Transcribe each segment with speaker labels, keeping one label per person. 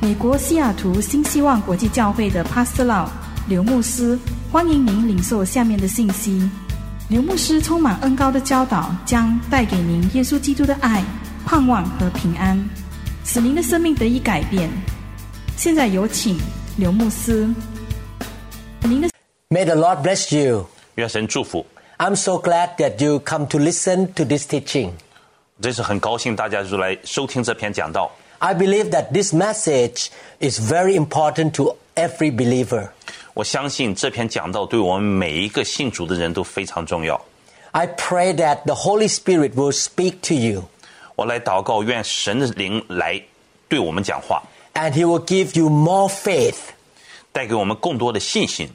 Speaker 1: 美国西雅图新希望国际教会的帕斯老刘牧师，欢迎您领受下面的信息。刘牧师充满恩高的教导，将带给您耶稣基督的爱、盼望和平安，使您的生命得以改变。现在有请刘牧师。您的
Speaker 2: May the Lord bless you.
Speaker 3: 愿神祝福。
Speaker 2: I'm so glad that you come to listen to this teaching.
Speaker 3: 真是很高兴大家就来收听这篇讲道。
Speaker 2: I believe that this message is very important to every believer.
Speaker 3: 我相信这篇讲道对我们每一个信主的人都非常重要。
Speaker 2: I pray that the Holy Spirit will speak to you
Speaker 3: 我来祷告，愿神的灵来对我们讲话，
Speaker 2: and He will give you more faith.
Speaker 3: 带给我们更多的信心。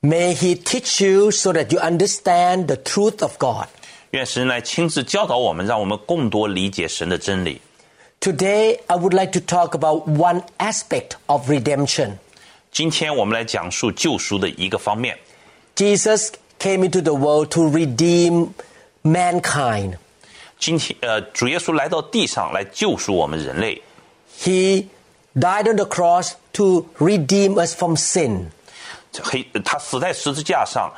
Speaker 2: May He teach you so that you understand the truth of God.
Speaker 3: 愿神来亲自教导我们，让我们更多理解神的真理。
Speaker 2: Today, I would like to talk about one aspect of redemption.
Speaker 3: 今天我们来讲述救赎的一个方面。
Speaker 2: Jesus came into the world to redeem mankind.
Speaker 3: 今天，呃，主耶稣来到地上来救赎我们人类，
Speaker 2: He died on the cross to redeem us from sin,
Speaker 3: 黑他死在十字架上，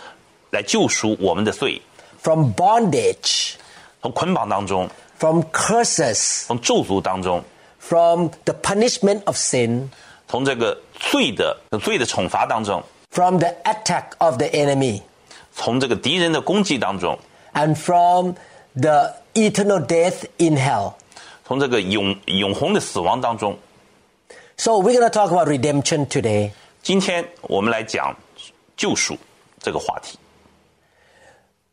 Speaker 3: 来救赎我们的罪，
Speaker 2: from bondage,
Speaker 3: 从捆绑当中，
Speaker 2: from curses,
Speaker 3: 从咒诅当中，
Speaker 2: from the punishment of sin,
Speaker 3: 从这个罪的呃罪的惩罚当中，
Speaker 2: from the attack of the enemy,
Speaker 3: 从这个敌人的攻击当中，
Speaker 2: and from the eternal death in hell.
Speaker 3: 从这个永永恒的死亡当中。
Speaker 2: So we're going to talk about redemption today.
Speaker 3: 今天我们来讲救赎这个话题。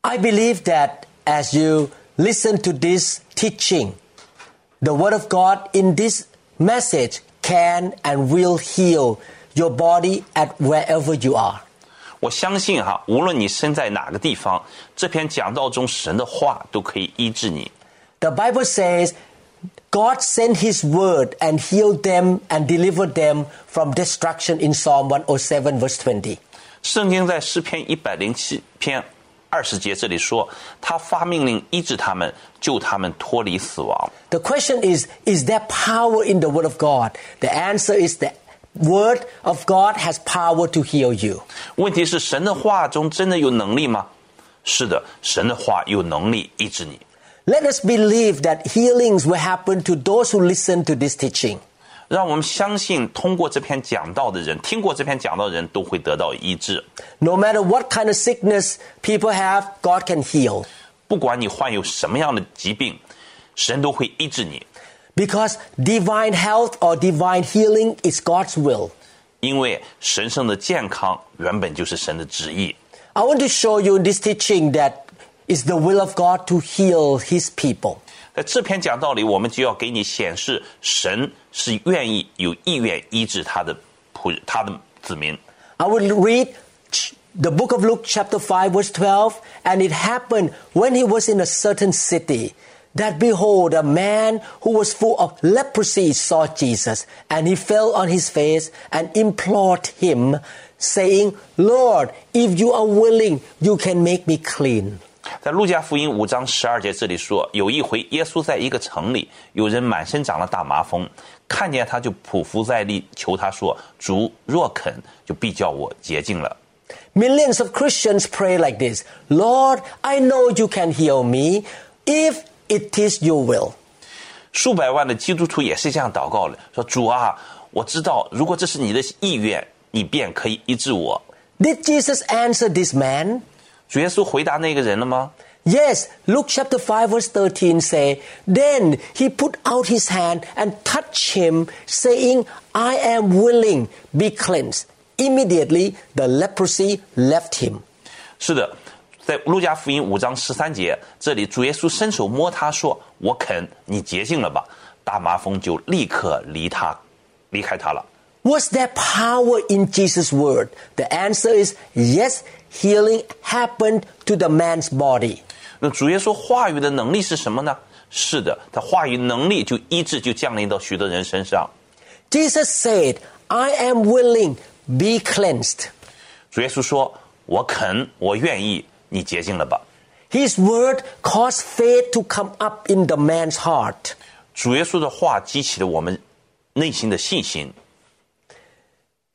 Speaker 2: I believe that as you listen to this teaching, the Word of God in this message can and will heal your body at wherever you are.
Speaker 3: 我相信哈，无论你身在哪个地方，这篇讲道中神的话都可以医治你。
Speaker 2: The Bible says God sent His Word and healed them and delivered them from destruction in Psalm 107, verse 20.
Speaker 3: 圣经在诗篇一百零七篇二十节这里说，他发命令医治他们，救他们脱离死亡。
Speaker 2: The question is Is there power in the Word of God? The answer is the Word of God has power to heal you.
Speaker 3: 问题是神的话中真的有能力吗？是的，神的话有能力医治你。
Speaker 2: Let us believe that healings will happen to those who listen to this teaching.
Speaker 3: 让我们相信，通过这篇讲道的人，听过这篇讲道的人都会得到医治。
Speaker 2: No matter what kind of sickness people have, God can heal
Speaker 3: 不管你患有什么样的疾病，神都会医治你，
Speaker 2: because divine health or divine healing is God's will.
Speaker 3: 因为神圣的健康原本就是神的旨意。
Speaker 2: I want to show you in this teaching that it's the will of God to heal His people.
Speaker 3: 在这篇讲道里，我们就要给你显示，神是愿意有意愿医治他的仆他的子民。
Speaker 2: I will read ch- the book of Luke, chapter 5, verse 12. And it happened when he was in a certain city that behold, a man who was full of leprosy saw Jesus, and he fell on his face and implored him, saying, Lord, if you are willing, you can make me clean.
Speaker 3: 在路加福音五章十二节这里说，有一回耶稣在一个城里，有人满身长了大麻风，看见他就匍匐在地，求他说：“主若肯，就必叫我洁净了。
Speaker 2: Millions of Christians pray like this Lord, I know you can heal me if it is your will. ”
Speaker 3: 数百万的基督徒也是这样祷告的，说：“主啊，我知道，如果这是你的意愿，你便可以医治我。
Speaker 2: Did Jesus answer this man? ”
Speaker 3: 主耶稣回答那个人了吗？
Speaker 2: Yes, Luke chapter 5 verse 13 say, Then he put out his hand and touched him, saying, I am willing, be cleansed. Immediately the leprosy left him.
Speaker 3: 是的，在路加福音五章十三节这里，主耶稣伸手摸他说：“我肯，你洁净了吧。”大麻风就立刻离他，离开他了。
Speaker 2: Was there power in Jesus' word? The answer is yes, healing happened to the man's body.
Speaker 3: 那主耶稣话语的能力是什么呢？是的，他话语能力就医治，就降临到许多人身上。
Speaker 2: Jesus said, I am willing, be cleansed.
Speaker 3: 主耶稣说：“我肯，我愿意，你洁净了吧。
Speaker 2: His word caused faith to come up in the man's heart. ”
Speaker 3: 主耶稣的话激起了我们内心的信心。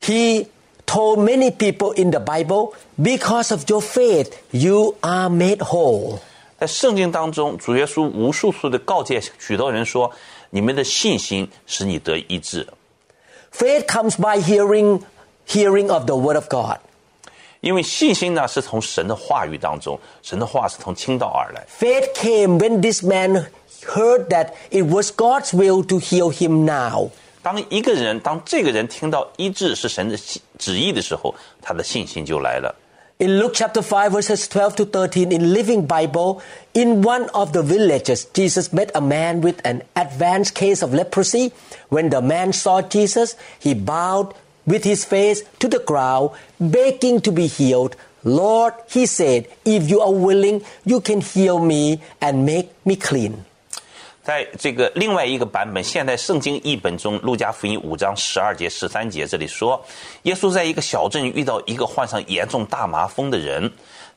Speaker 2: He told many people in the Bible, because of your faith, you are made whole.
Speaker 3: 在圣经当中，主耶稣无数次的告诫许多人说：“你们的信心使你得医治。
Speaker 2: Faith comes by hearing, hearing of the word of God. ”
Speaker 3: 因为信心呢是从神的话语当中，神的话是从倾倒而来。
Speaker 2: Faith came when this man heard that it was God's will to heal him now.
Speaker 3: 当一个人，当这个人听到医治是神的信旨意的时候，他的信心就来了。
Speaker 2: In Luke chapter 5 verses 12 to 13 in Living Bible, in one of the villages, Jesus met a man with an advanced case of leprosy. When the man saw Jesus, he bowed with his face to the ground, begging to be healed. Lord, he said, if you are willing, you can heal me and make me clean.
Speaker 3: 在这个另外一个版本，现代圣经译本中，《路加福音》五章十二节、十三节这里说，耶稣在一个小镇遇到一个患上严重大麻风的人。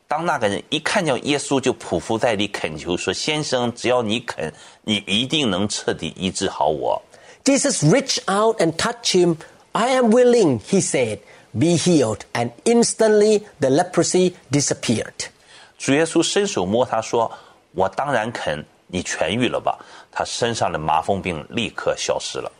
Speaker 3: 当那个人一看见耶稣，就匍匐在地恳求说：“先生，只要你肯，你一定能彻底医治好我。
Speaker 2: Jesus reached out and touched him. I am willing, he said. Be healed. And instantly the leprosy disappeared. ”
Speaker 3: 主耶稣伸手摸他说：“我当然肯，你痊愈了吧？”他身上的麻风病立刻消失了。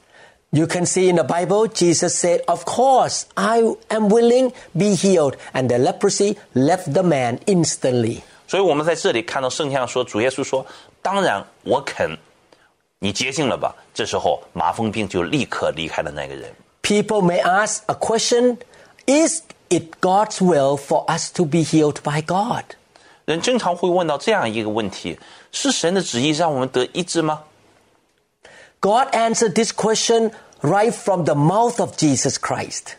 Speaker 2: You can see in the Bible, Jesus said, Of course, I am willing, be healed. And the leprosy left the man instantly.
Speaker 3: 所以我们在这里看到圣经上说，主耶稣说：“当然我肯，你洁净了吧。”这时候麻风病就立刻离开了那个人。
Speaker 2: People may ask a question Is it God's will for us to be healed by God?
Speaker 3: 人经常会问到这样一个问题：是神的旨意让我们得医治吗？
Speaker 2: God answered this question right from the mouth of Jesus Christ.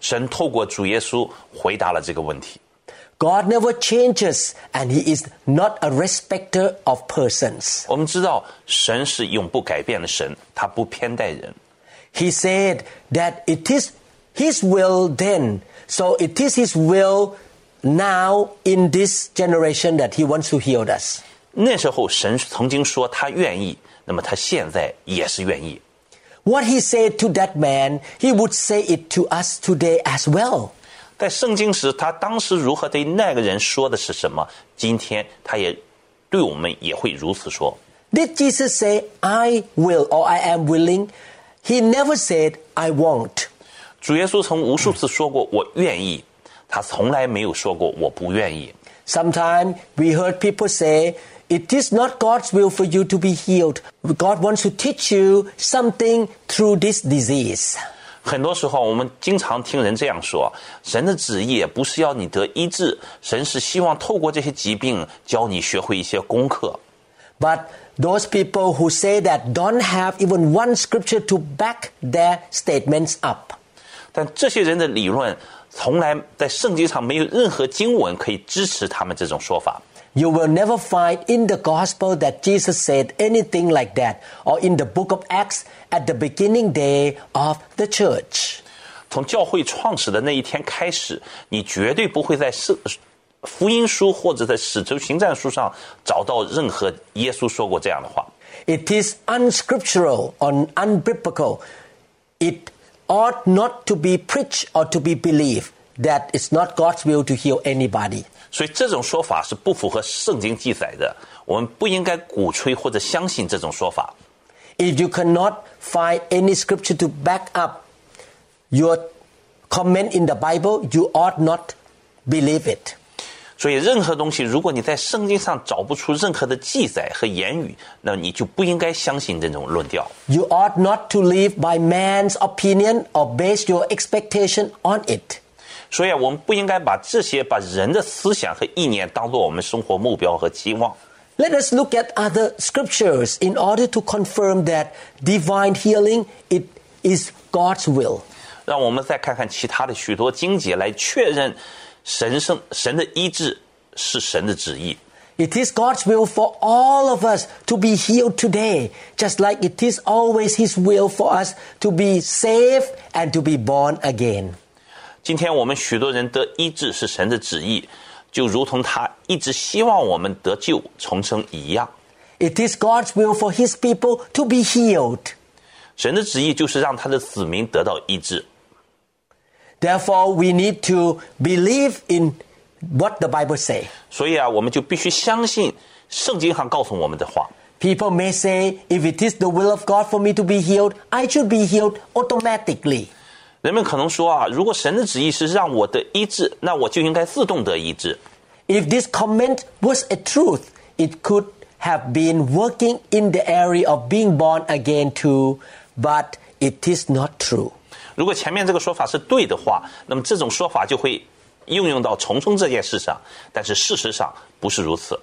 Speaker 3: 神透过主耶稣回答了这个问题。
Speaker 2: God never changes, and He is not a respecter of persons.
Speaker 3: 我们知道，神是永不改变的神，他不偏待人。
Speaker 2: He said that it is His will then. So it is His will now in this generation that He wants to heal us.
Speaker 3: 那时候，神曾经说他愿意，那么他现在也是愿意。
Speaker 2: What He said to that man, He would say it to us today as well.
Speaker 3: 在圣经时，他当时如何对那个人说的是什么？今天他也对我们也会如此说。
Speaker 2: Did Jesus say, I will or I am willing? He never said, I won't.
Speaker 3: 主耶稣曾无数次说过“我愿意”，他从来没有说过“我不愿意
Speaker 2: Sometimes we heard people say, it is not God's will for you to be healed. God wants to teach you something through this disease. ”。
Speaker 3: 很多时候，我们经常听人这样说：“神的旨意不是要你得医治，神是希望透过这些疾病教你学会一些功课。
Speaker 2: But those people who say that don't have even one scripture to back their statements up. ”
Speaker 3: 但这些人的理论从来在圣经上没有任何经文可以支持他们这种说法。
Speaker 2: You will never find in the gospel that Jesus said anything like that, or in the book of Acts at the beginning day of the church.
Speaker 3: 从教会创始的那一天开始，你绝对不会在圣福音书或者在使徒行传书上找到任何耶稣说过这样的话。
Speaker 2: It is unscriptural or unbiblical. It ought not to be preached or to be believed that it's not God's will to heal anybody.
Speaker 3: 所以这种说法是不符合圣经记载的，我们不应该鼓吹或者相信这种说法。
Speaker 2: If you cannot find any scripture to back up your comment in the Bible, you ought not believe it.
Speaker 3: 所以任何东西，如果你在圣经上找不出任何的记载和言语，那你就不应该相信这种论调。
Speaker 2: You ought not to live by man's opinion or base your expectation on it.
Speaker 3: 所以啊，我们不应该把这些把人的思想和意念当做我们生活目标和期望。
Speaker 2: Let us look at other scriptures in order to confirm that divine healing it is God's will.
Speaker 3: 让我们再看看其他的许多经节，来确认神圣神的医治是神的旨意。
Speaker 2: It is God's will for all of us to be healed today, just like it is always His will for us to be saved and to be born again.
Speaker 3: 今天我们许多人得医治是神的旨意，就如同他一直希望我们得救重生一样。
Speaker 2: It is God's will for His people to be healed.
Speaker 3: 神的旨意就是让他的子民得到医治。
Speaker 2: Therefore, we need to believe in what the Bible say.
Speaker 3: 所以啊，我们就必须相信圣经上告诉我们的话。
Speaker 2: People may say, if it is the will of God for me to be healed, I should be healed automatically.
Speaker 3: 人们可能说啊，如果神的旨意是让我的医治，那我就应该自动得医治。
Speaker 2: If this comment was a truth, it could have been working in the area of being born again too, but it is not true.
Speaker 3: 如果前面这个说法是对的话，那么这种说法就会应用到重生这件事上，但是事实上不是如此。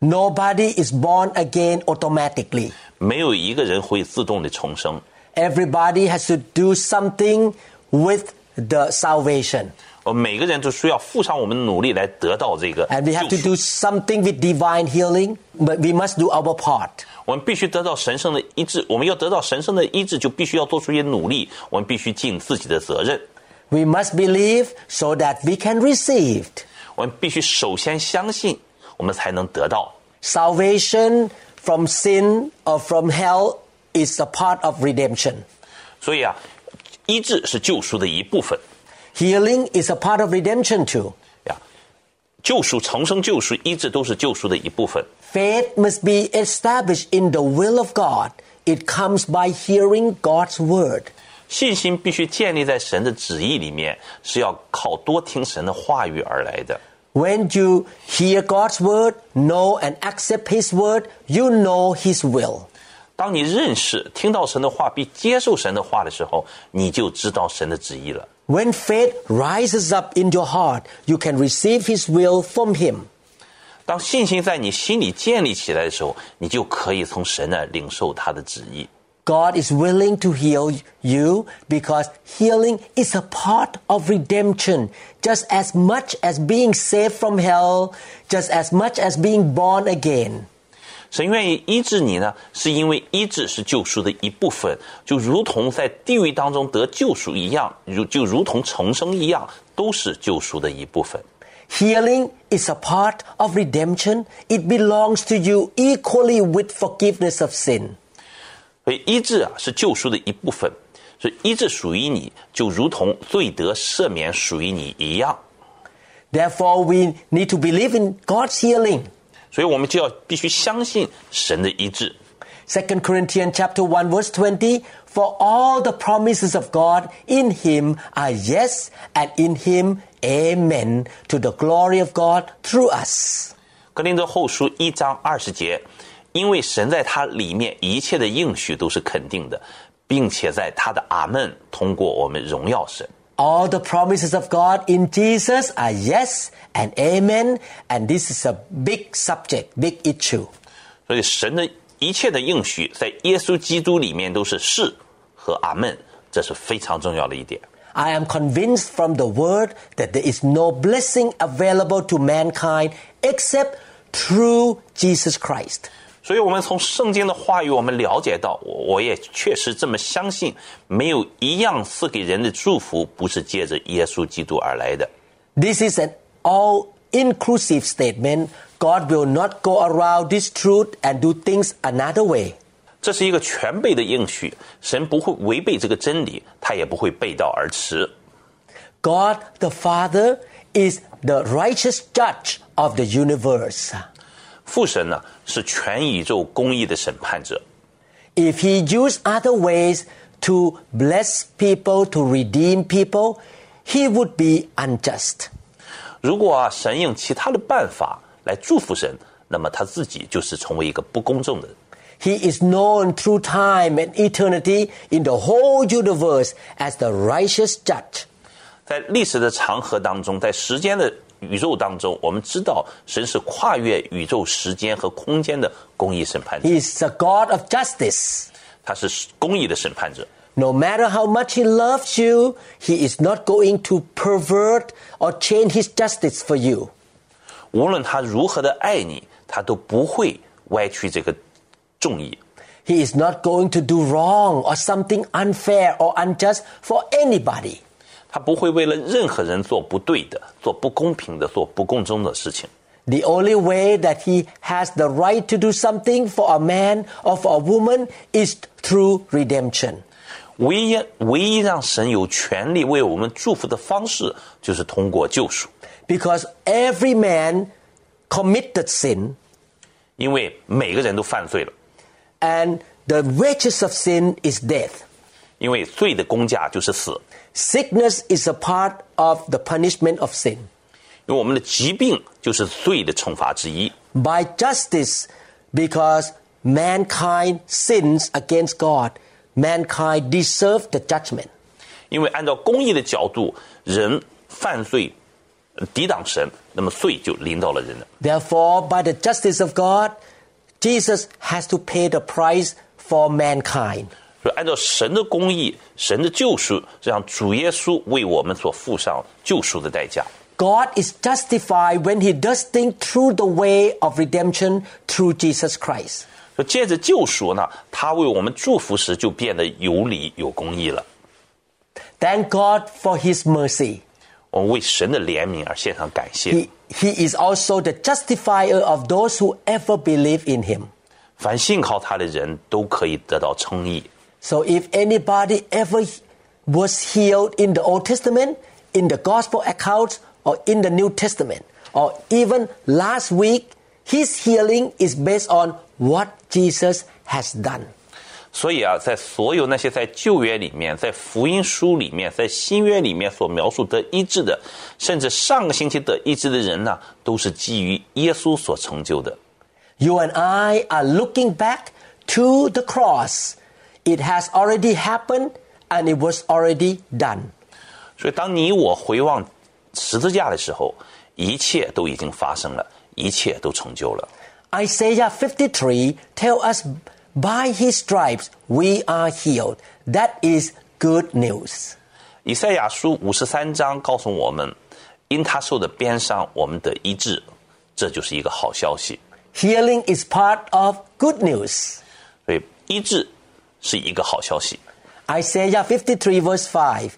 Speaker 2: Nobody is born again automatically.
Speaker 3: 没有一个人会自动的重生，
Speaker 2: Everybody has to do something with the salvation.
Speaker 3: 我们每个人都需要付上我们的努力来得到这个
Speaker 2: And we have to
Speaker 3: 救赎。
Speaker 2: do something with divine healing, but we must do our part.
Speaker 3: 我们必须得到神圣的医治，我们要得到神圣的医治，就必须要做出一些努力，我们必须尽自己的责任，
Speaker 2: We must believe so that we can receive.
Speaker 3: 我们必须首先相信，我们才能得到。
Speaker 2: Salvation from sin or from hell is a part of redemption.
Speaker 3: 所以啊，医治是救赎的一部分
Speaker 2: Healing is a part of redemption too.
Speaker 3: 呀，救赎、重生、救赎、医治都是救赎的一部分。
Speaker 2: Faith must be established in the will of God. It comes by hearing God's word.
Speaker 3: 信心必须建立在神的旨意里面，是要靠多听神的话语而来的。
Speaker 2: When you hear God's word, know and accept His word, you know His will.
Speaker 3: 当你认识、听到神的话并接受神的话的时候，你就知道神的旨意了。
Speaker 2: When faith rises up in your heart, you can receive His will from Him.
Speaker 3: 当信心在你心里建立起来的时候，你就可以从神那儿领受他的旨意。
Speaker 2: God is willing to heal you because healing is a part of redemption, just as much as being saved from hell, just as much as being born again.
Speaker 3: 神愿意医治你呢，是因为医治是救赎的一部分，就如同在地狱当中得救赎一样，如就如同重生一样，都是救赎的一部分。
Speaker 2: Healing is a part of redemption. It belongs to you equally with forgiveness of sin.
Speaker 3: 所以医治啊是救赎的一部分，所以医治属于你，就如同罪得赦免属于你一样。
Speaker 2: Therefore, we need to believe in God's healing.
Speaker 3: 所以我们就要必须相信神的医治。
Speaker 2: 2 Corinthians chapter 1 verse 20 For all the promises of God in him are yes and in him amen to the glory of God through us.
Speaker 3: 格林德后书一章二十节，因为神在他里面一切的应许都是肯定的，并且在他的阿门通过我们荣耀神。
Speaker 2: All the promises of God in Jesus are yes and amen and this is a big subject, big issue.
Speaker 3: 所以神的一切的应许在耶稣基督里面都是是和阿门，这是非常重要的一点。
Speaker 2: I am convinced from the word that there is no blessing available to mankind except through Jesus Christ.
Speaker 3: 所以，我们从圣经的话语，我们了解到，我我也确实这么相信，没有一样赐给人的祝福不是借着耶稣基督而来的。
Speaker 2: This is an all inclusive statement. God will not go around this truth and do things another way.
Speaker 3: 这是一个全备的应许，神不会违背这个真理，他也不会背道而驰。
Speaker 2: God the Father is the righteous judge of the universe.
Speaker 3: 父神呢是全宇宙公义的审判者，
Speaker 2: If he used other ways to bless people, to redeem people, he would be unjust.
Speaker 3: 如果啊神用其他的办法来祝福神，那么他自己就是成为一个不公正的人。
Speaker 2: He is known through time and eternity in the whole universe as the righteous judge.
Speaker 3: 在历史的长河当中，在时间的宇宙当中，我们知道神是跨越宇宙时间和空间的公义审判者，
Speaker 2: He is the God of justice.
Speaker 3: 他是公义的审判者。
Speaker 2: No matter how much he loves you, he is not going to pervert or change his justice for you.
Speaker 3: 无论他如何的爱你，他都不会歪曲这个正义。
Speaker 2: He is not going to do wrong or something unfair or unjust for anybody.
Speaker 3: 他不会为了任何人做不对的、做不公平的、做不公正的事情。
Speaker 2: The only way that he has the right to do something for a man or for a woman is through redemption.
Speaker 3: 唯一唯一让神有权利为我们祝福的方式，就是通过救赎，
Speaker 2: Because every man committed sin,
Speaker 3: 因为每个人都犯罪了，
Speaker 2: and the wages of sin is death.
Speaker 3: 因为罪的公价就是死，
Speaker 2: Sickness is a part of the punishment of sin.
Speaker 3: 因为我们的疾病就是罪的惩罚之一。
Speaker 2: By justice, because mankind sins against God, mankind deserves the judgment.
Speaker 3: 因为按照公义的角度，人犯罪呃抵挡神，那么罪就临到了人了。
Speaker 2: Therefore, by the justice of God, Jesus has to pay the price for mankind.
Speaker 3: 所以，按照神的公义、神的救赎，让主耶稣为我们所付上救赎的代价。
Speaker 2: God is justified when he does things through the way of redemption through Jesus Christ.
Speaker 3: 说借着救赎呢，他为我们祝福时就变得有理有公义了。
Speaker 2: Thank God for his mercy.
Speaker 3: 我们为神的怜悯而献上感谢。
Speaker 2: He, he is also the justifier of those who ever believe in him.
Speaker 3: 凡信靠他的人都可以得到称义。
Speaker 2: So if anybody ever was healed in the Old Testament, in the gospel accounts, or in the New Testament, or even last week, his healing is based on what Jesus has done.
Speaker 3: 所以啊，在所有那些在旧约里面、在福音书里面、在新约里面所描述得医治的，甚至上个星期得医治的人呢，都是基于耶稣所成就的。
Speaker 2: You and I are looking back to the cross. It has already happened and it was already done.
Speaker 3: 所以，当你我回望十字架的时候，一切都已经发生了，一切都成就了。
Speaker 2: Isaiah 53 tell us by his stripes we are healed. That is good news.
Speaker 3: 以赛亚书五十三章告诉我们，因他受的鞭伤，我们得医治，这就是一个好消息。
Speaker 2: Healing is part of good news.
Speaker 3: 所以，医治是一个好消息。
Speaker 2: Isaiah 53, verse 5.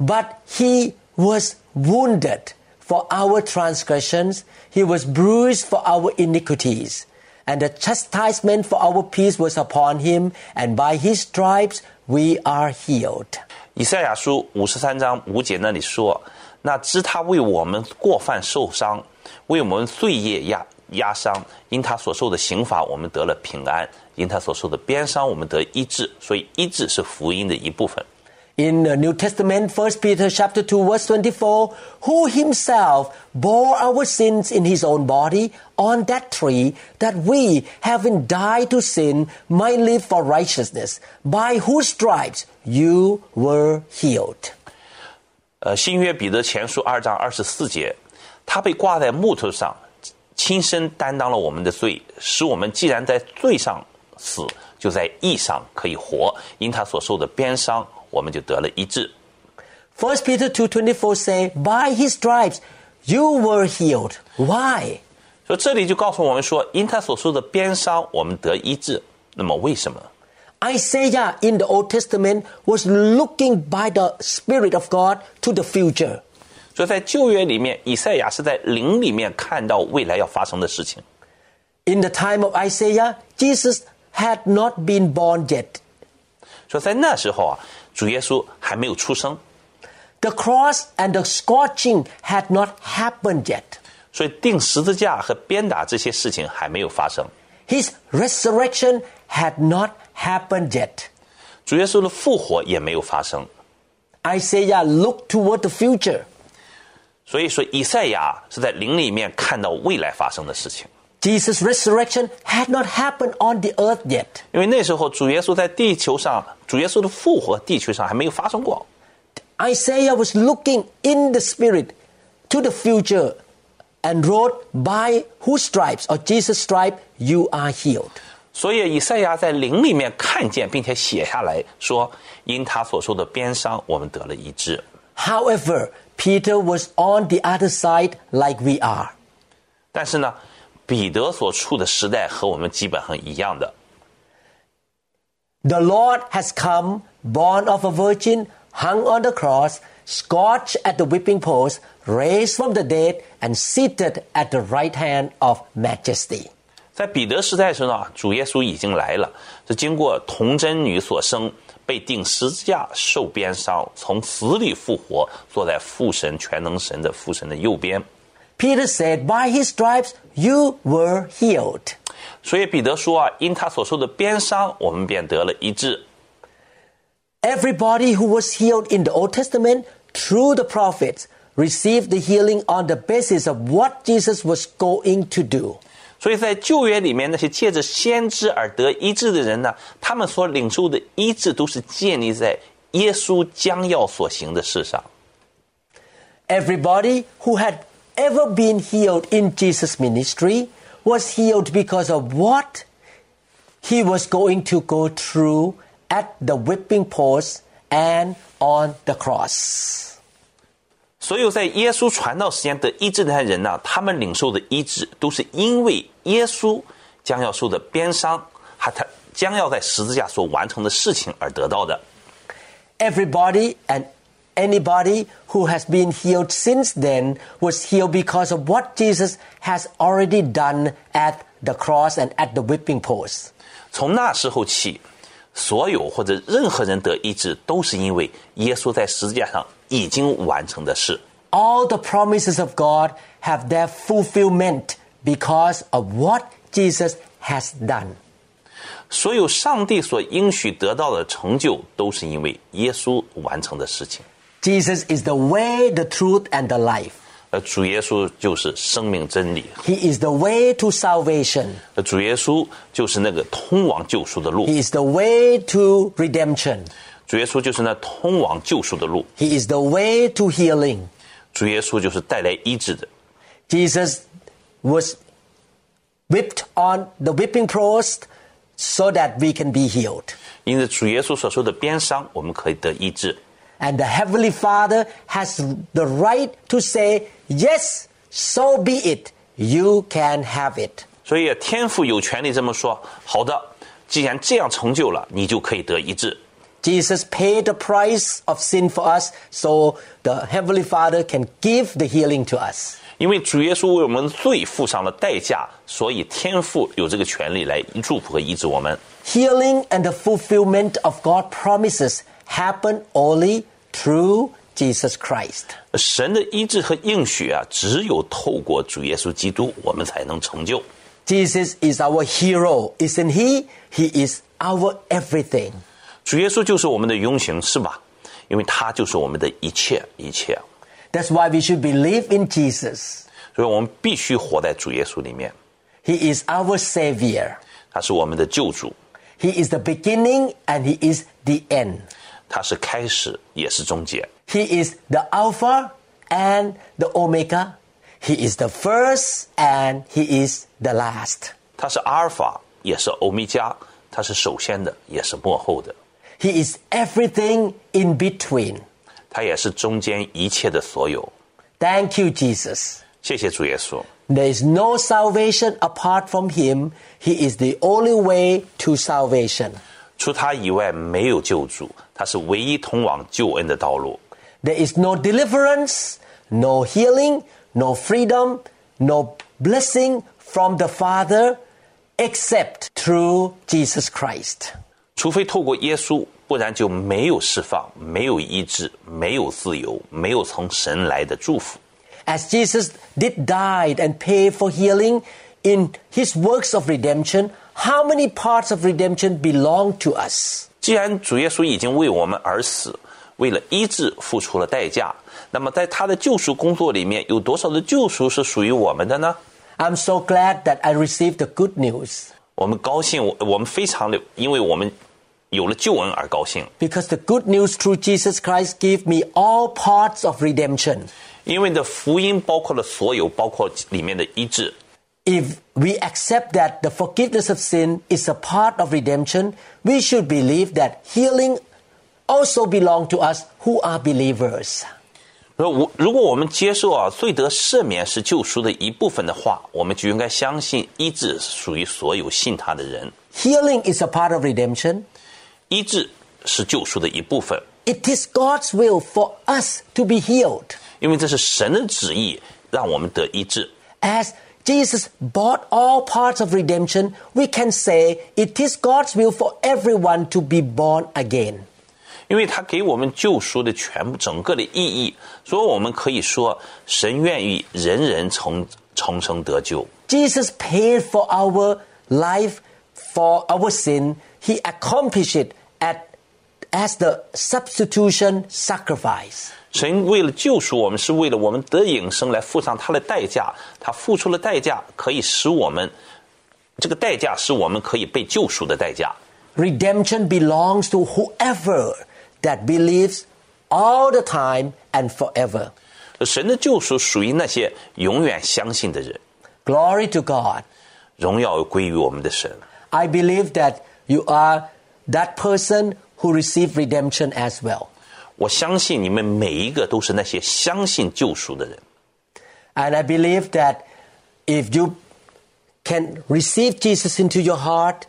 Speaker 2: But he was wounded for our transgressions, he was bruised for our iniquities. And the chastisement for our peace was upon him, and by his stripes we are healed.
Speaker 3: 以赛亚书五十三章五节那里说：“那知他为我们过犯受伤，为我们罪业压压伤，因他所受的刑罚，我们得了平安；因他所受的鞭伤，我们得医治。所以医治是福音的一部分。
Speaker 2: In the New Testament, 1 Peter chapter 2 verse 24, who himself bore our sins in his own body on that tree, that we, having died to sin, might live for righteousness, by whose stripes you were healed.
Speaker 3: 呃，新约彼得前书二章二十四节，他被挂在木头上，亲身担当了我们的罪，使我们既然在罪上死，就在义上可以活。因他所受的鞭伤，我们就得了医治。”
Speaker 2: 1 Peter 2.24 say, by his stripes you were healed. Why?
Speaker 3: 所以这里就告诉我们说，因他所受的鞭伤，我们得医治。那么为什么？
Speaker 2: Isaiah in the Old Testament was looking by the Spirit of God to the future.
Speaker 3: 所以在旧约里面，以赛亚是在灵里面看到未来要发生的事情。
Speaker 2: In the time of Isaiah, Jesus had not been born yet.
Speaker 3: 所以在那时候啊，主耶稣还没有出生，
Speaker 2: The cross and the scorching had not happened yet.
Speaker 3: 所以钉十字架和鞭打这些事情还没有发生。
Speaker 2: His resurrection had not happened yet.
Speaker 3: 主耶稣的复活也没有发生。
Speaker 2: Isaiah looked toward the future.
Speaker 3: 所以说，以赛亚是在灵里面看到未来发生的事情。
Speaker 2: Jesus' resurrection had not happened on the earth yet.
Speaker 3: 因为那时候主耶稣在地球上，主耶稣的复活地球上还没有发生过。
Speaker 2: Isaiah was looking in the spirit to the future and wrote, By whose stripes or Jesus' stripe you are healed.
Speaker 3: 所以以赛亚在灵里面看见，并且写下来说：“因他所受的鞭伤，我们得了医治。
Speaker 2: However, Peter was on the other side like we are. ”
Speaker 3: 但是呢，彼得所处的时代和我们基本上一样的。
Speaker 2: The Lord has come, born of a virgin, hung on the cross, scourged at the whipping post, raised from the dead, and seated at the right hand of majesty.
Speaker 3: 在彼得时代时呢，主耶稣已经来了，是经过童贞女所生，被钉十字架，受鞭伤，从死里复活，坐在父神全能神的父神的右边。
Speaker 2: Peter said, By his stripes you were healed.
Speaker 3: 所以彼得说啊，因他所受的鞭伤，我们便得了医治。
Speaker 2: Everybody who was healed in the Old Testament through the prophets received the healing on the basis of what Jesus was going to do.
Speaker 3: 所以在旧约里面，那些借着先知而得医治的人呢，他们所领受的医治都是建立在耶稣将要所行的事上。
Speaker 2: Everybody who had ever been healed in Jesus' ministry was healed because of what he was going to go through at the whipping post and on the cross.
Speaker 3: 所有在耶稣传道时间得医治的那些人呢，他们领受的医治都是因为耶稣将要受的鞭伤，还他将要在十字架所完成的事情而得到的。
Speaker 2: Everybody and anybody who has been healed since then was healed because of what Jesus has already done at the cross and at the whipping post.
Speaker 3: 从那时候起，所有或者任何人得医治，都是因为耶稣在十字架上已经完成的事。
Speaker 2: All the promises of God have their fulfillment because of what Jesus has done.
Speaker 3: 所有上帝所应许得到的成就，都是因为耶稣完成的事情。
Speaker 2: Jesus is the way, the truth, and the life.
Speaker 3: 而主耶稣就是生命真理，
Speaker 2: He is the way to salvation.
Speaker 3: 而主耶稣就是那个通往救赎的路，
Speaker 2: He is the way to redemption.
Speaker 3: 主耶稣就是那通往救赎的路，
Speaker 2: He is the way to healing.
Speaker 3: 主耶稣就是带来医治的。
Speaker 2: Jesus was whipped on the whipping post so that we can be healed.
Speaker 3: 因此，主耶稣所受的鞭伤，我们可以得医治。
Speaker 2: And the Heavenly Father has the right to say, Yes, so be it. You can have it.
Speaker 3: 所以，啊天父有权利这么说：好的，既然这样成就了，你就可以得医治。
Speaker 2: Jesus paid the price of sin for us so the Heavenly Father can give the healing to us.
Speaker 3: 因为主耶稣为我们罪付上了代价，所以天父有这个权利来祝福和医治我们。
Speaker 2: Healing and the fulfillment of God's promises happen only through Jesus Christ.
Speaker 3: 神的医治和应许啊，只有透过主耶稣基督，我们才能成就。
Speaker 2: Jesus is our hero, isn't he? He is our everything.
Speaker 3: 主耶稣就是我们的英雄，是吧？因为他就是我们的一切，一切。啊
Speaker 2: That's why we should believe in Jesus.
Speaker 3: 所以我们必须活在主耶稣里面，
Speaker 2: He is our savior.
Speaker 3: 他是我们的救主，
Speaker 2: He is the beginning and he is the end.
Speaker 3: 他是开始也是终结，
Speaker 2: He is the alpha and the omega. He is the first and he is the last.
Speaker 3: 他是阿尔法也是欧米伽，他是首先的也是幕后的，
Speaker 2: He is everything in between.
Speaker 3: 他也是中间一切的所有。
Speaker 2: Thank you Jesus.
Speaker 3: 谢谢主耶稣。
Speaker 2: There is no salvation apart from him. He is the only way to salvation.
Speaker 3: 除他以外没有救主，他是唯一通往救恩的道路。
Speaker 2: There is no deliverance, no healing, no freedom, no blessing from the Father except through Jesus Christ.
Speaker 3: 除非透过耶稣，不然就没有释放，没有医治，没有自由，没有从神来的祝福。
Speaker 2: As Jesus did die and pay for healing in his works of redemption, how many parts of redemption belong to us?
Speaker 3: 既然主耶稣已经为我们而死，为了医治付出了代价，那么在他的救赎工作里面，有多少的救赎是属于我们的呢？
Speaker 2: I'm so glad that I received the good news
Speaker 3: 我们高兴，我我们非常的，因为我们有了救恩而高兴，
Speaker 2: because the good news through Jesus Christ gave me all parts of redemption.
Speaker 3: 因为你的福音包括了所有，包括里面的医治。
Speaker 2: If we accept that the forgiveness of sin is a part of redemption, we should believe that healing also belong to us who are believers.
Speaker 3: 如果如果我们接受啊罪得赦免是救赎的一部分的话，我们就应该相信医治是属于所有信他的人，
Speaker 2: Healing is a part of redemption.
Speaker 3: 医治是救赎的一部分，
Speaker 2: It is God's will for us to be healed.
Speaker 3: 因为这是神的旨意，让我们得医治。
Speaker 2: As Jesus bought all parts of redemption, we can say it is God's will for everyone to be born again.
Speaker 3: 因为他给我们救赎的全部整个的意义，所以我们可以说，神愿意人人重重生得救。
Speaker 2: Jesus paid for our life, for our sin. He accomplished it at, as the substitution sacrifice.
Speaker 3: 神为了救赎我们，是为了我们得永生来付上他的代价。他付出了代价，可以使我们这个代价是我们可以被救赎的代价。
Speaker 2: Redemption belongs to whoever that believes all the time and forever.
Speaker 3: 神的救赎属于那些永远相信的人。
Speaker 2: Glory to God.
Speaker 3: 荣耀归于我们的神。
Speaker 2: I believe that you are that person who received redemption as well.
Speaker 3: 我相信你们每一个都是那些相信救赎的人。
Speaker 2: And I believe that if you can receive Jesus into your heart,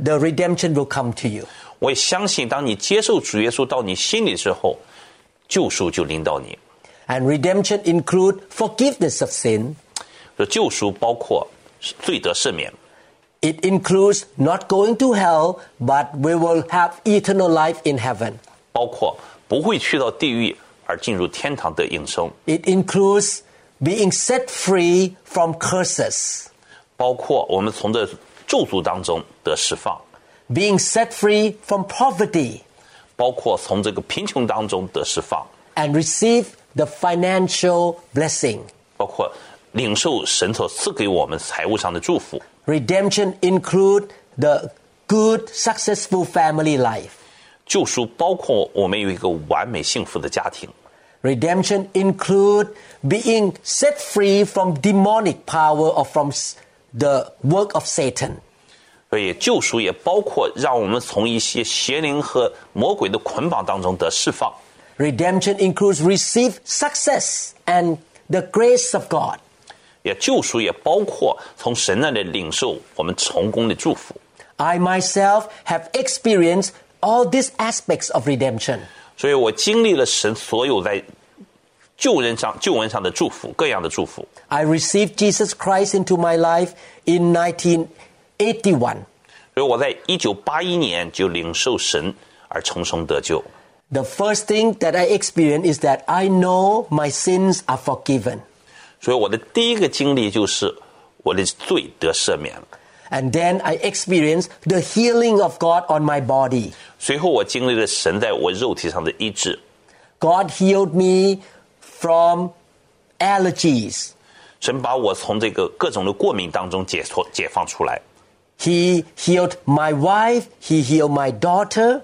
Speaker 2: the redemption will come to you.
Speaker 3: 我也相信，当你接受主耶稣到你心里之后，救赎就临到你。
Speaker 2: And redemption include forgiveness of sin.
Speaker 3: 说救赎包括罪得赦免，
Speaker 2: It includes not going to hell, but we will have eternal life in heaven.
Speaker 3: 包括不会去到地狱而进入天堂的应生，
Speaker 2: It includes being set free from curses,
Speaker 3: 包括我们从这咒诅当中得释放，
Speaker 2: being set free from poverty,
Speaker 3: 包括从这个贫穷当中得释放，
Speaker 2: and receive the financial blessing.
Speaker 3: 包括领受神所赐给我们财务上的祝福。
Speaker 2: Redemption include the good, successful family life.
Speaker 3: 救赎包括我们有一个完美幸福的家庭，
Speaker 2: Redemption include being set free from demonic power or from s- the work of Satan.
Speaker 3: 所以救赎也包括让我们从一些邪灵和魔鬼的捆绑当中得释放。
Speaker 2: Redemption includes receive success and the grace of God.
Speaker 3: 也救赎也包括从神那里领受我们成功的祝福。
Speaker 2: I myself have experienced all these aspects of redemption.
Speaker 3: 所以我经历了神所有在救人上、救恩上的祝福，各样的祝福。
Speaker 2: I received Jesus Christ into my life in 1981.
Speaker 3: 所以我在一九八一年就领受神而重生得救。
Speaker 2: The first thing that I experienced is that I know my sins are forgiven.
Speaker 3: 所以我的第一个经历就是我的罪得赦免了。
Speaker 2: And then I experienced the healing of God on my body.
Speaker 3: 随后我经历了神在我肉体上的医治，
Speaker 2: God healed me from allergies.
Speaker 3: 神把我从这个各种的过敏当中解脱、解放出来。
Speaker 2: He healed my wife, he healed my daughter,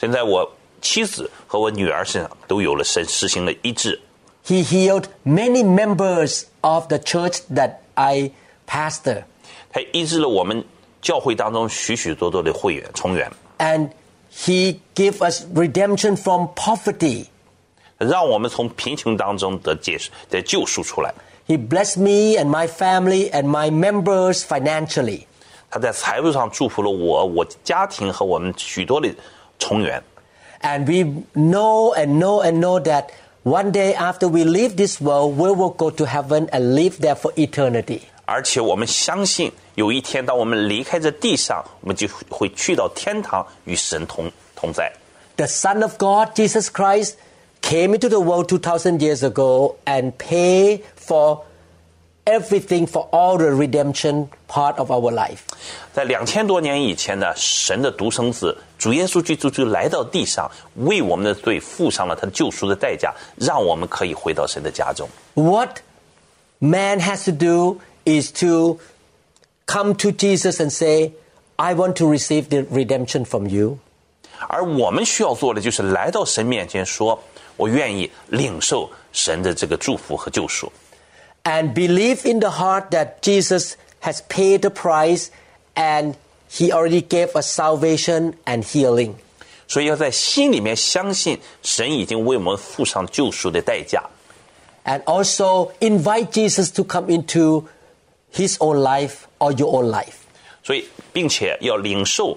Speaker 3: 神在我妻子和我女儿身上都有了神实行了医治。
Speaker 2: he healed many members of the church that I pastor.
Speaker 3: 他医治了我们教会当中许许多多的会员成员，
Speaker 2: And he gave us redemption from poverty.
Speaker 3: 让我们从贫穷当中得解得救赎出来。
Speaker 2: He blessed me and my family and my members financially.
Speaker 3: 他在财务上祝福了我、我家庭和我们许多的成员。
Speaker 2: And we know and know and know that one day after we leave this world, we will go to heaven and live there for eternity.
Speaker 3: 而且我们相信，有一天当我们离开这地上，我们就会去到天堂与神同同在。
Speaker 2: The Son of God, Jesus Christ, came into the world 2,000 years ago and paid for everything for all the redemption part of our life.
Speaker 3: 在两千多年以前呢，神的独生子主耶稣基督就来到地上，为我们的罪付上了他的救赎的代价，让我们可以回到神的家中。
Speaker 2: What man has to do is to come to Jesus and say, I want to receive the redemption from you.
Speaker 3: 而我们需要做的就是来到神面前说：“我愿意领受神的这个祝福和救赎。
Speaker 2: and believe in the heart that Jesus has paid the price and he already gave us salvation and healing. ”
Speaker 3: 所以要在心里面相信神已经为我们付上救赎的代价，
Speaker 2: And also invite Jesus to come into his own life or your own life.
Speaker 3: 所以并且要领受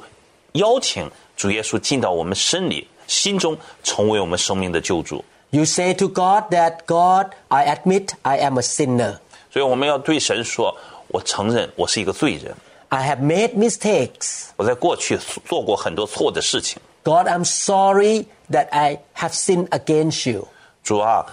Speaker 3: 邀请主耶稣进到我们身里，心中成为我们生命的救主。
Speaker 2: You say to God that, God, I admit I am a sinner.
Speaker 3: 所以我们要对神说：“我承认我是一个罪人，
Speaker 2: I have made mistakes.
Speaker 3: 我在过去做过很多错的事情。
Speaker 2: God, I'm sorry that I have sinned against you.
Speaker 3: 主啊，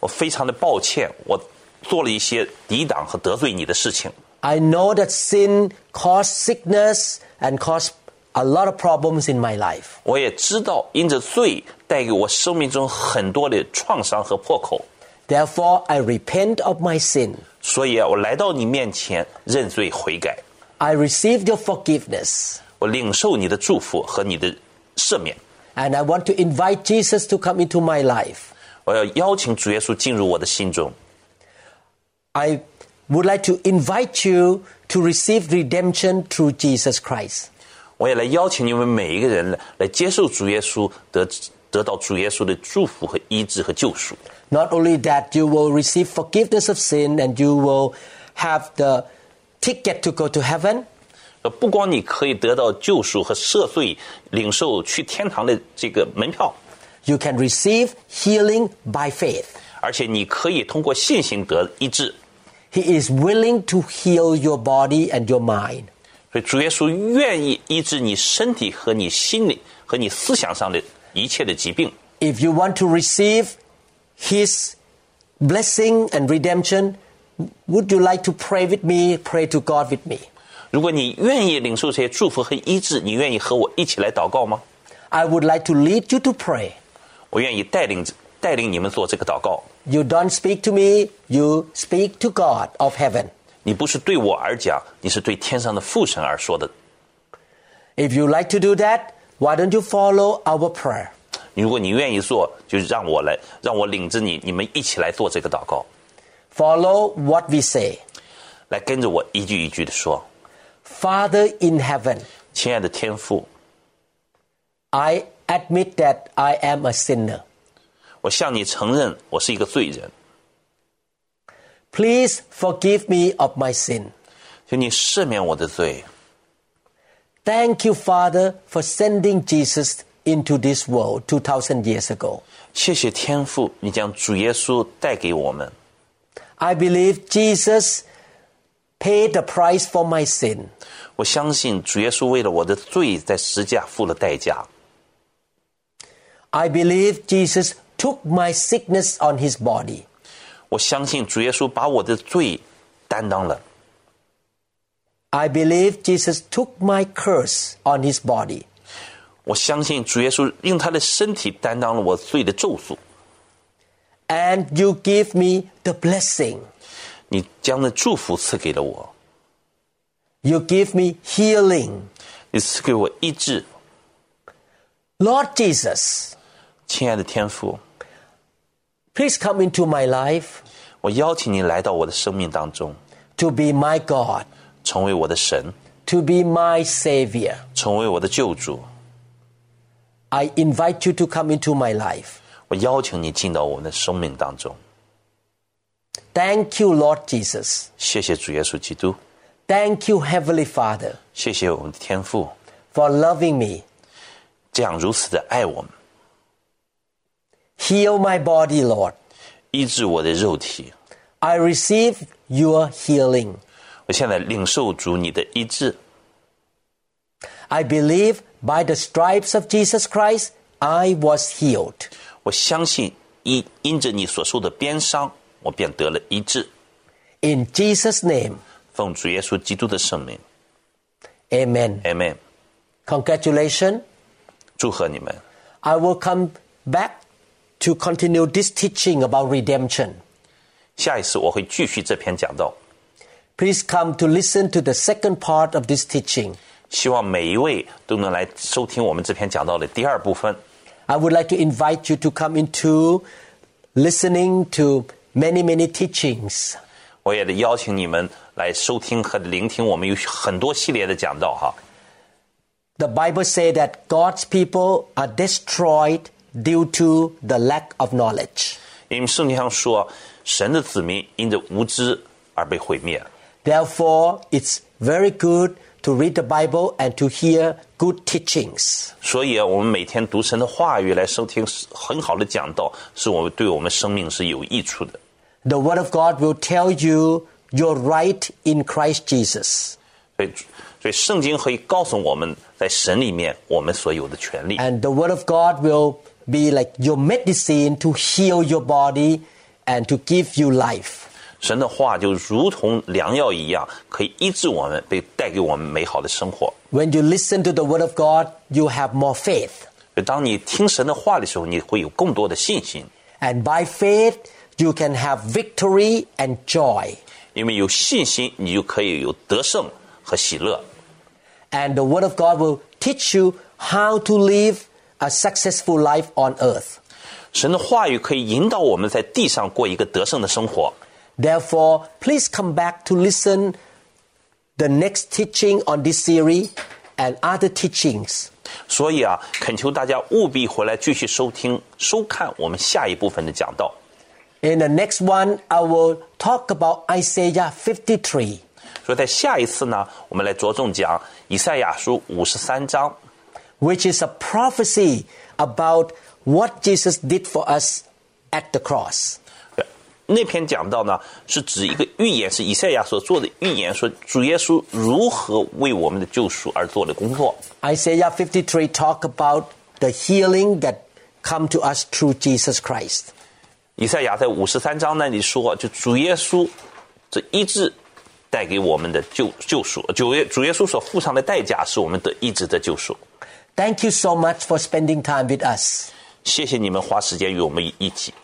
Speaker 3: 我非常的抱歉，我做了一些抵挡和得罪你的事情。
Speaker 2: I know that sin caused sickness and caused a lot of problems in my life.
Speaker 3: 我也知道，因着罪带给我生命中很多的创伤和破口，
Speaker 2: Therefore, I repent of my sin.
Speaker 3: 所以啊，我来到你面前认罪悔改，
Speaker 2: I receive your forgiveness.
Speaker 3: 我领受你的祝福和你的赦免。
Speaker 2: And I want to invite Jesus to come into my life.
Speaker 3: 我要邀请主耶稣进入我的心中。
Speaker 2: I would like to invite you to receive redemption through Jesus Christ.
Speaker 3: 我也来邀请你们每一个人来接受主耶稣，得得到主耶稣的祝福和医治和救赎。
Speaker 2: Not only that, you will receive forgiveness of sin and you will have the ticket to go to heaven,
Speaker 3: 呃，不光你可以得到救赎和赦罪，领受去天堂的这个门票，
Speaker 2: you can receive healing by faith.
Speaker 3: 而且你可以通过信心得医治。
Speaker 2: He is willing to heal your body and your mind.
Speaker 3: 所以主耶稣愿意医治你身体和你心理和你思想上的一切的疾病。
Speaker 2: If you want to receive His blessing and redemption, would you like to pray with me, pray to God with me?
Speaker 3: 如果你愿意领受这些祝福和医治，你愿意和我一起来祷告吗？
Speaker 2: I would like to lead you to pray.
Speaker 3: 我愿意带领带领你们做这个祷告。
Speaker 2: You don't speak to me, you speak to God of heaven.
Speaker 3: 你不是对我而讲，你是对天上的父神而说的。
Speaker 2: If you like to do that, why don't you follow our prayer?
Speaker 3: 如果你愿意做，就让我来，让我领着你，你们一起来做这个祷告，
Speaker 2: Follow what we say.
Speaker 3: 来跟着我一句一句的说：
Speaker 2: Father in heaven,
Speaker 3: 亲爱的天父，
Speaker 2: I admit that I am a sinner.
Speaker 3: 我向你承认我是一个罪人，
Speaker 2: Please forgive me of my sin.
Speaker 3: 求你赦免我的罪，
Speaker 2: Thank you, Father, for sending Jesus into this world 2,000 years ago.
Speaker 3: 谢谢天父，你将主耶稣带给我们。
Speaker 2: I believe Jesus paid the price for my sin.
Speaker 3: 我相信主耶稣为了我的罪在十字架付了代价。
Speaker 2: I believe Jesus took my sickness on his body.
Speaker 3: 我相信主耶稣把我的罪担当了。
Speaker 2: I believe Jesus took my curse on his body.
Speaker 3: 我相信主耶稣用他的身体担当了我罪的咒诅。
Speaker 2: And you give me the blessing.
Speaker 3: 你将那祝福赐给了我，
Speaker 2: You give me healing.
Speaker 3: 你赐给我医治。
Speaker 2: Lord Jesus,
Speaker 3: 亲爱的天父，
Speaker 2: please come into my life
Speaker 3: 我邀请你来到我的生命当中，
Speaker 2: to be my God,
Speaker 3: 成为我的神，
Speaker 2: to be my Savior.
Speaker 3: 成为我的救主。
Speaker 2: I invite you to come into my life.
Speaker 3: 我邀请你进到我们的生命当中。
Speaker 2: Thank you, Lord Jesus.
Speaker 3: 谢谢主耶稣基督，
Speaker 2: Thank you, Heavenly Father,
Speaker 3: 谢谢我们的天父，
Speaker 2: for loving me.
Speaker 3: 这样如此的爱我们，
Speaker 2: Heal my body, Lord.
Speaker 3: 医治我的肉体。
Speaker 2: I receive your healing.
Speaker 3: 我现在领受主你的医治，
Speaker 2: I believe by the stripes of Jesus Christ, I was healed.
Speaker 3: 我相信因因着你所受的鞭伤，我便得了医治。
Speaker 2: In Jesus' name,
Speaker 3: 奉主耶稣基督的圣名
Speaker 2: amen.
Speaker 3: ，Amen。
Speaker 2: Congratulations.
Speaker 3: 祝贺你们！
Speaker 2: I will come back to continue this teaching about redemption.
Speaker 3: 下一次我会继续这篇讲道，
Speaker 2: Please come to listen to the second part of this teaching.
Speaker 3: 希望每一位都能来收听我们这篇讲道的第二部分。
Speaker 2: I would like to invite you to come into listening to many, many teachings.
Speaker 3: 我也得邀请你们来收听和聆听我们有很多系列的讲道哈。
Speaker 2: The Bible says that God's people are destroyed due to the lack of knowledge.
Speaker 3: 因为圣经上说，神的子民因着无知而被毁灭，
Speaker 2: Therefore, it's very good to read the Bible and to hear good teachings.
Speaker 3: 所以，我们每天读神的话语来收听很好的讲道，是我们对我们生命是有益处的。
Speaker 2: The Word of God will tell you your right in Christ Jesus.
Speaker 3: 所以，所以圣经可以告诉我们在神里面我们所有的权利。
Speaker 2: And the Word of God will be like your medicine to heal your body and to give you life.
Speaker 3: 神的话就如同良药一样，可以医治我们，被带给我们美好的生活。
Speaker 2: When you listen to the Word of God, you have more faith.
Speaker 3: 所以当你听神的话的时候，你会有更多的信心，
Speaker 2: And by faith, you can have victory and joy.
Speaker 3: 因为有信心，你就可以有得胜和喜乐。
Speaker 2: And the Word of God will teach you how to live a successful life on earth.
Speaker 3: 神的话语可以引导我们在地上过一个得胜的生活。
Speaker 2: Therefore, please come back to listen the next teaching on this series and other teachings.
Speaker 3: 所以啊，恳求大家务必回来继续收听、收看我们下一部分的讲道。
Speaker 2: In the next one, I will talk about Isaiah 53.
Speaker 3: 所以在下一次呢，我们来着重讲以赛亚书五十三章，
Speaker 2: which is a prophecy about what Jesus did for us at the cross.
Speaker 3: 对那篇讲到呢，是指一个预言，是以赛亚所做的预言，说主耶稣如何为我们的救赎而做的工作。
Speaker 2: Isaiah 53 talk about the healing that come to us through Jesus Christ.
Speaker 3: 以赛亚在五十三章那里说，就主耶稣这医治带给我们的救救赎，主耶主耶稣所付上的代价是我们得医治的救赎。
Speaker 2: Thank you so much for spending time with us.
Speaker 3: 谢谢你们花时间与我们一起，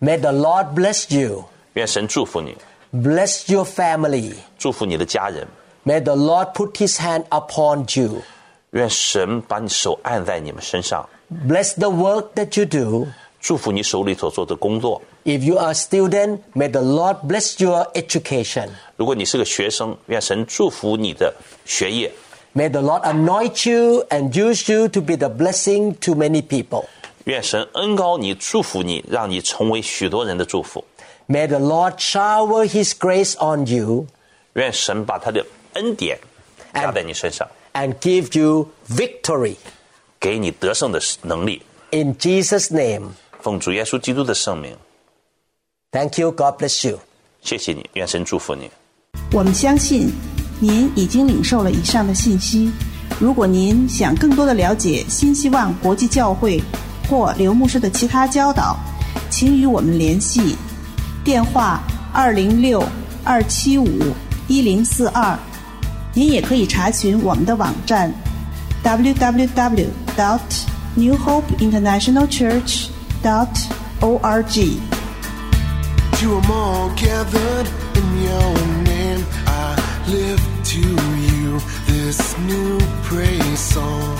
Speaker 2: May the Lord bless you,
Speaker 3: 愿神祝福你，
Speaker 2: bless your family.
Speaker 3: 祝福你的家人，
Speaker 2: May the Lord put his hand upon you.
Speaker 3: 愿神把你手按在你们身上，
Speaker 2: Bless the work that you do.
Speaker 3: 祝福你手里所做的工作。
Speaker 2: If you are a student, may the Lord bless your education.
Speaker 3: 如果你是个学生，愿神祝福你的学业，
Speaker 2: May the Lord anoint you and use you to be the blessing to many people.
Speaker 3: 愿神恩高你，祝福你，让你成为许多人的祝福。
Speaker 2: May the Lord shower His grace on you
Speaker 3: 愿神把他的恩典加在你身上，
Speaker 2: and give you victory.
Speaker 3: 给你得胜的能力。
Speaker 2: In Jesus' name.
Speaker 3: 奉主耶稣基督的圣名，
Speaker 2: Thank you. God bless you.
Speaker 3: 谢谢你，愿神祝福你。
Speaker 4: 我们相信您已经领受了以上的信息。如果您想更多的了解新希望国际教会或刘牧师的其他教导，请与我们联系，电话二零六二七五一零四二。您也可以查询我们的网站 www. dot New Hope International Church. dot org。
Speaker 5: Two or more gathered in your name. I lift to you this new praise song.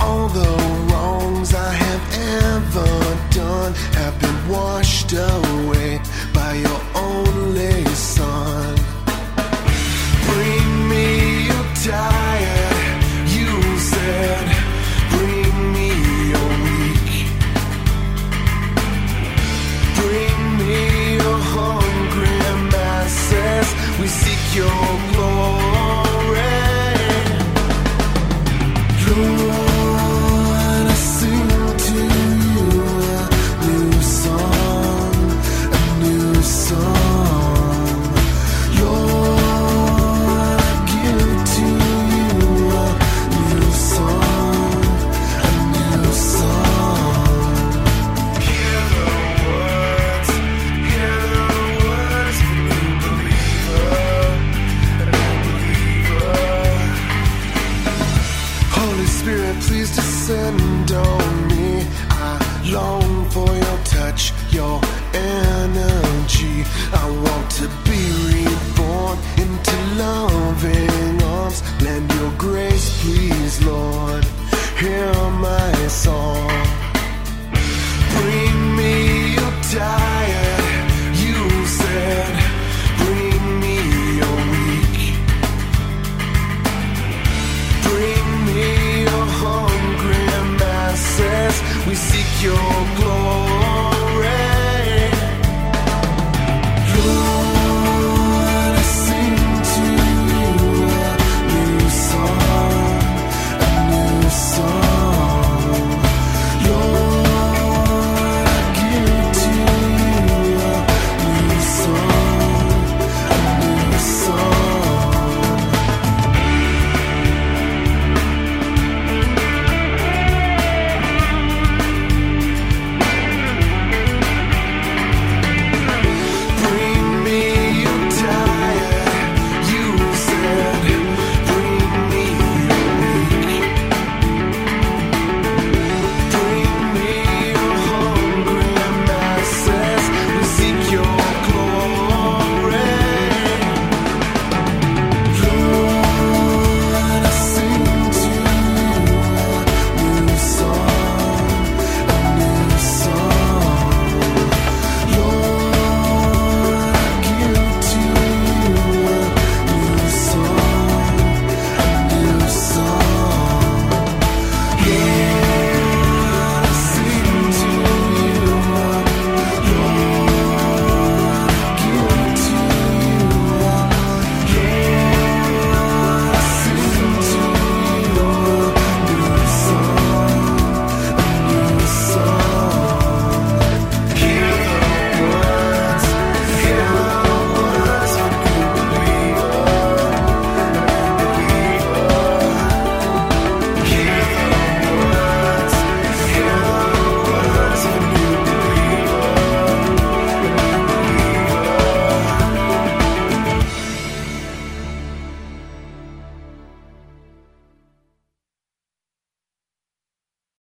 Speaker 5: All the wrongs I have ever done have been washed away by your only son. Bring me your tired, you said. Bring me your weak. Bring me your hungry masses. We seek your glory. Lord, I sing to you a new song, a new song. Lord, I give to you a new song, a new song. Hear the words, hear the words of a new believer, a new believer. Holy Spirit, please descend on me. I long for your touch, your energy. I want to be reborn into loving arms. Lend your grace, please, Lord. Hear my song. Bring me your tired, you said. Bring me your weak. Bring me your hungry masses. We seek your glory.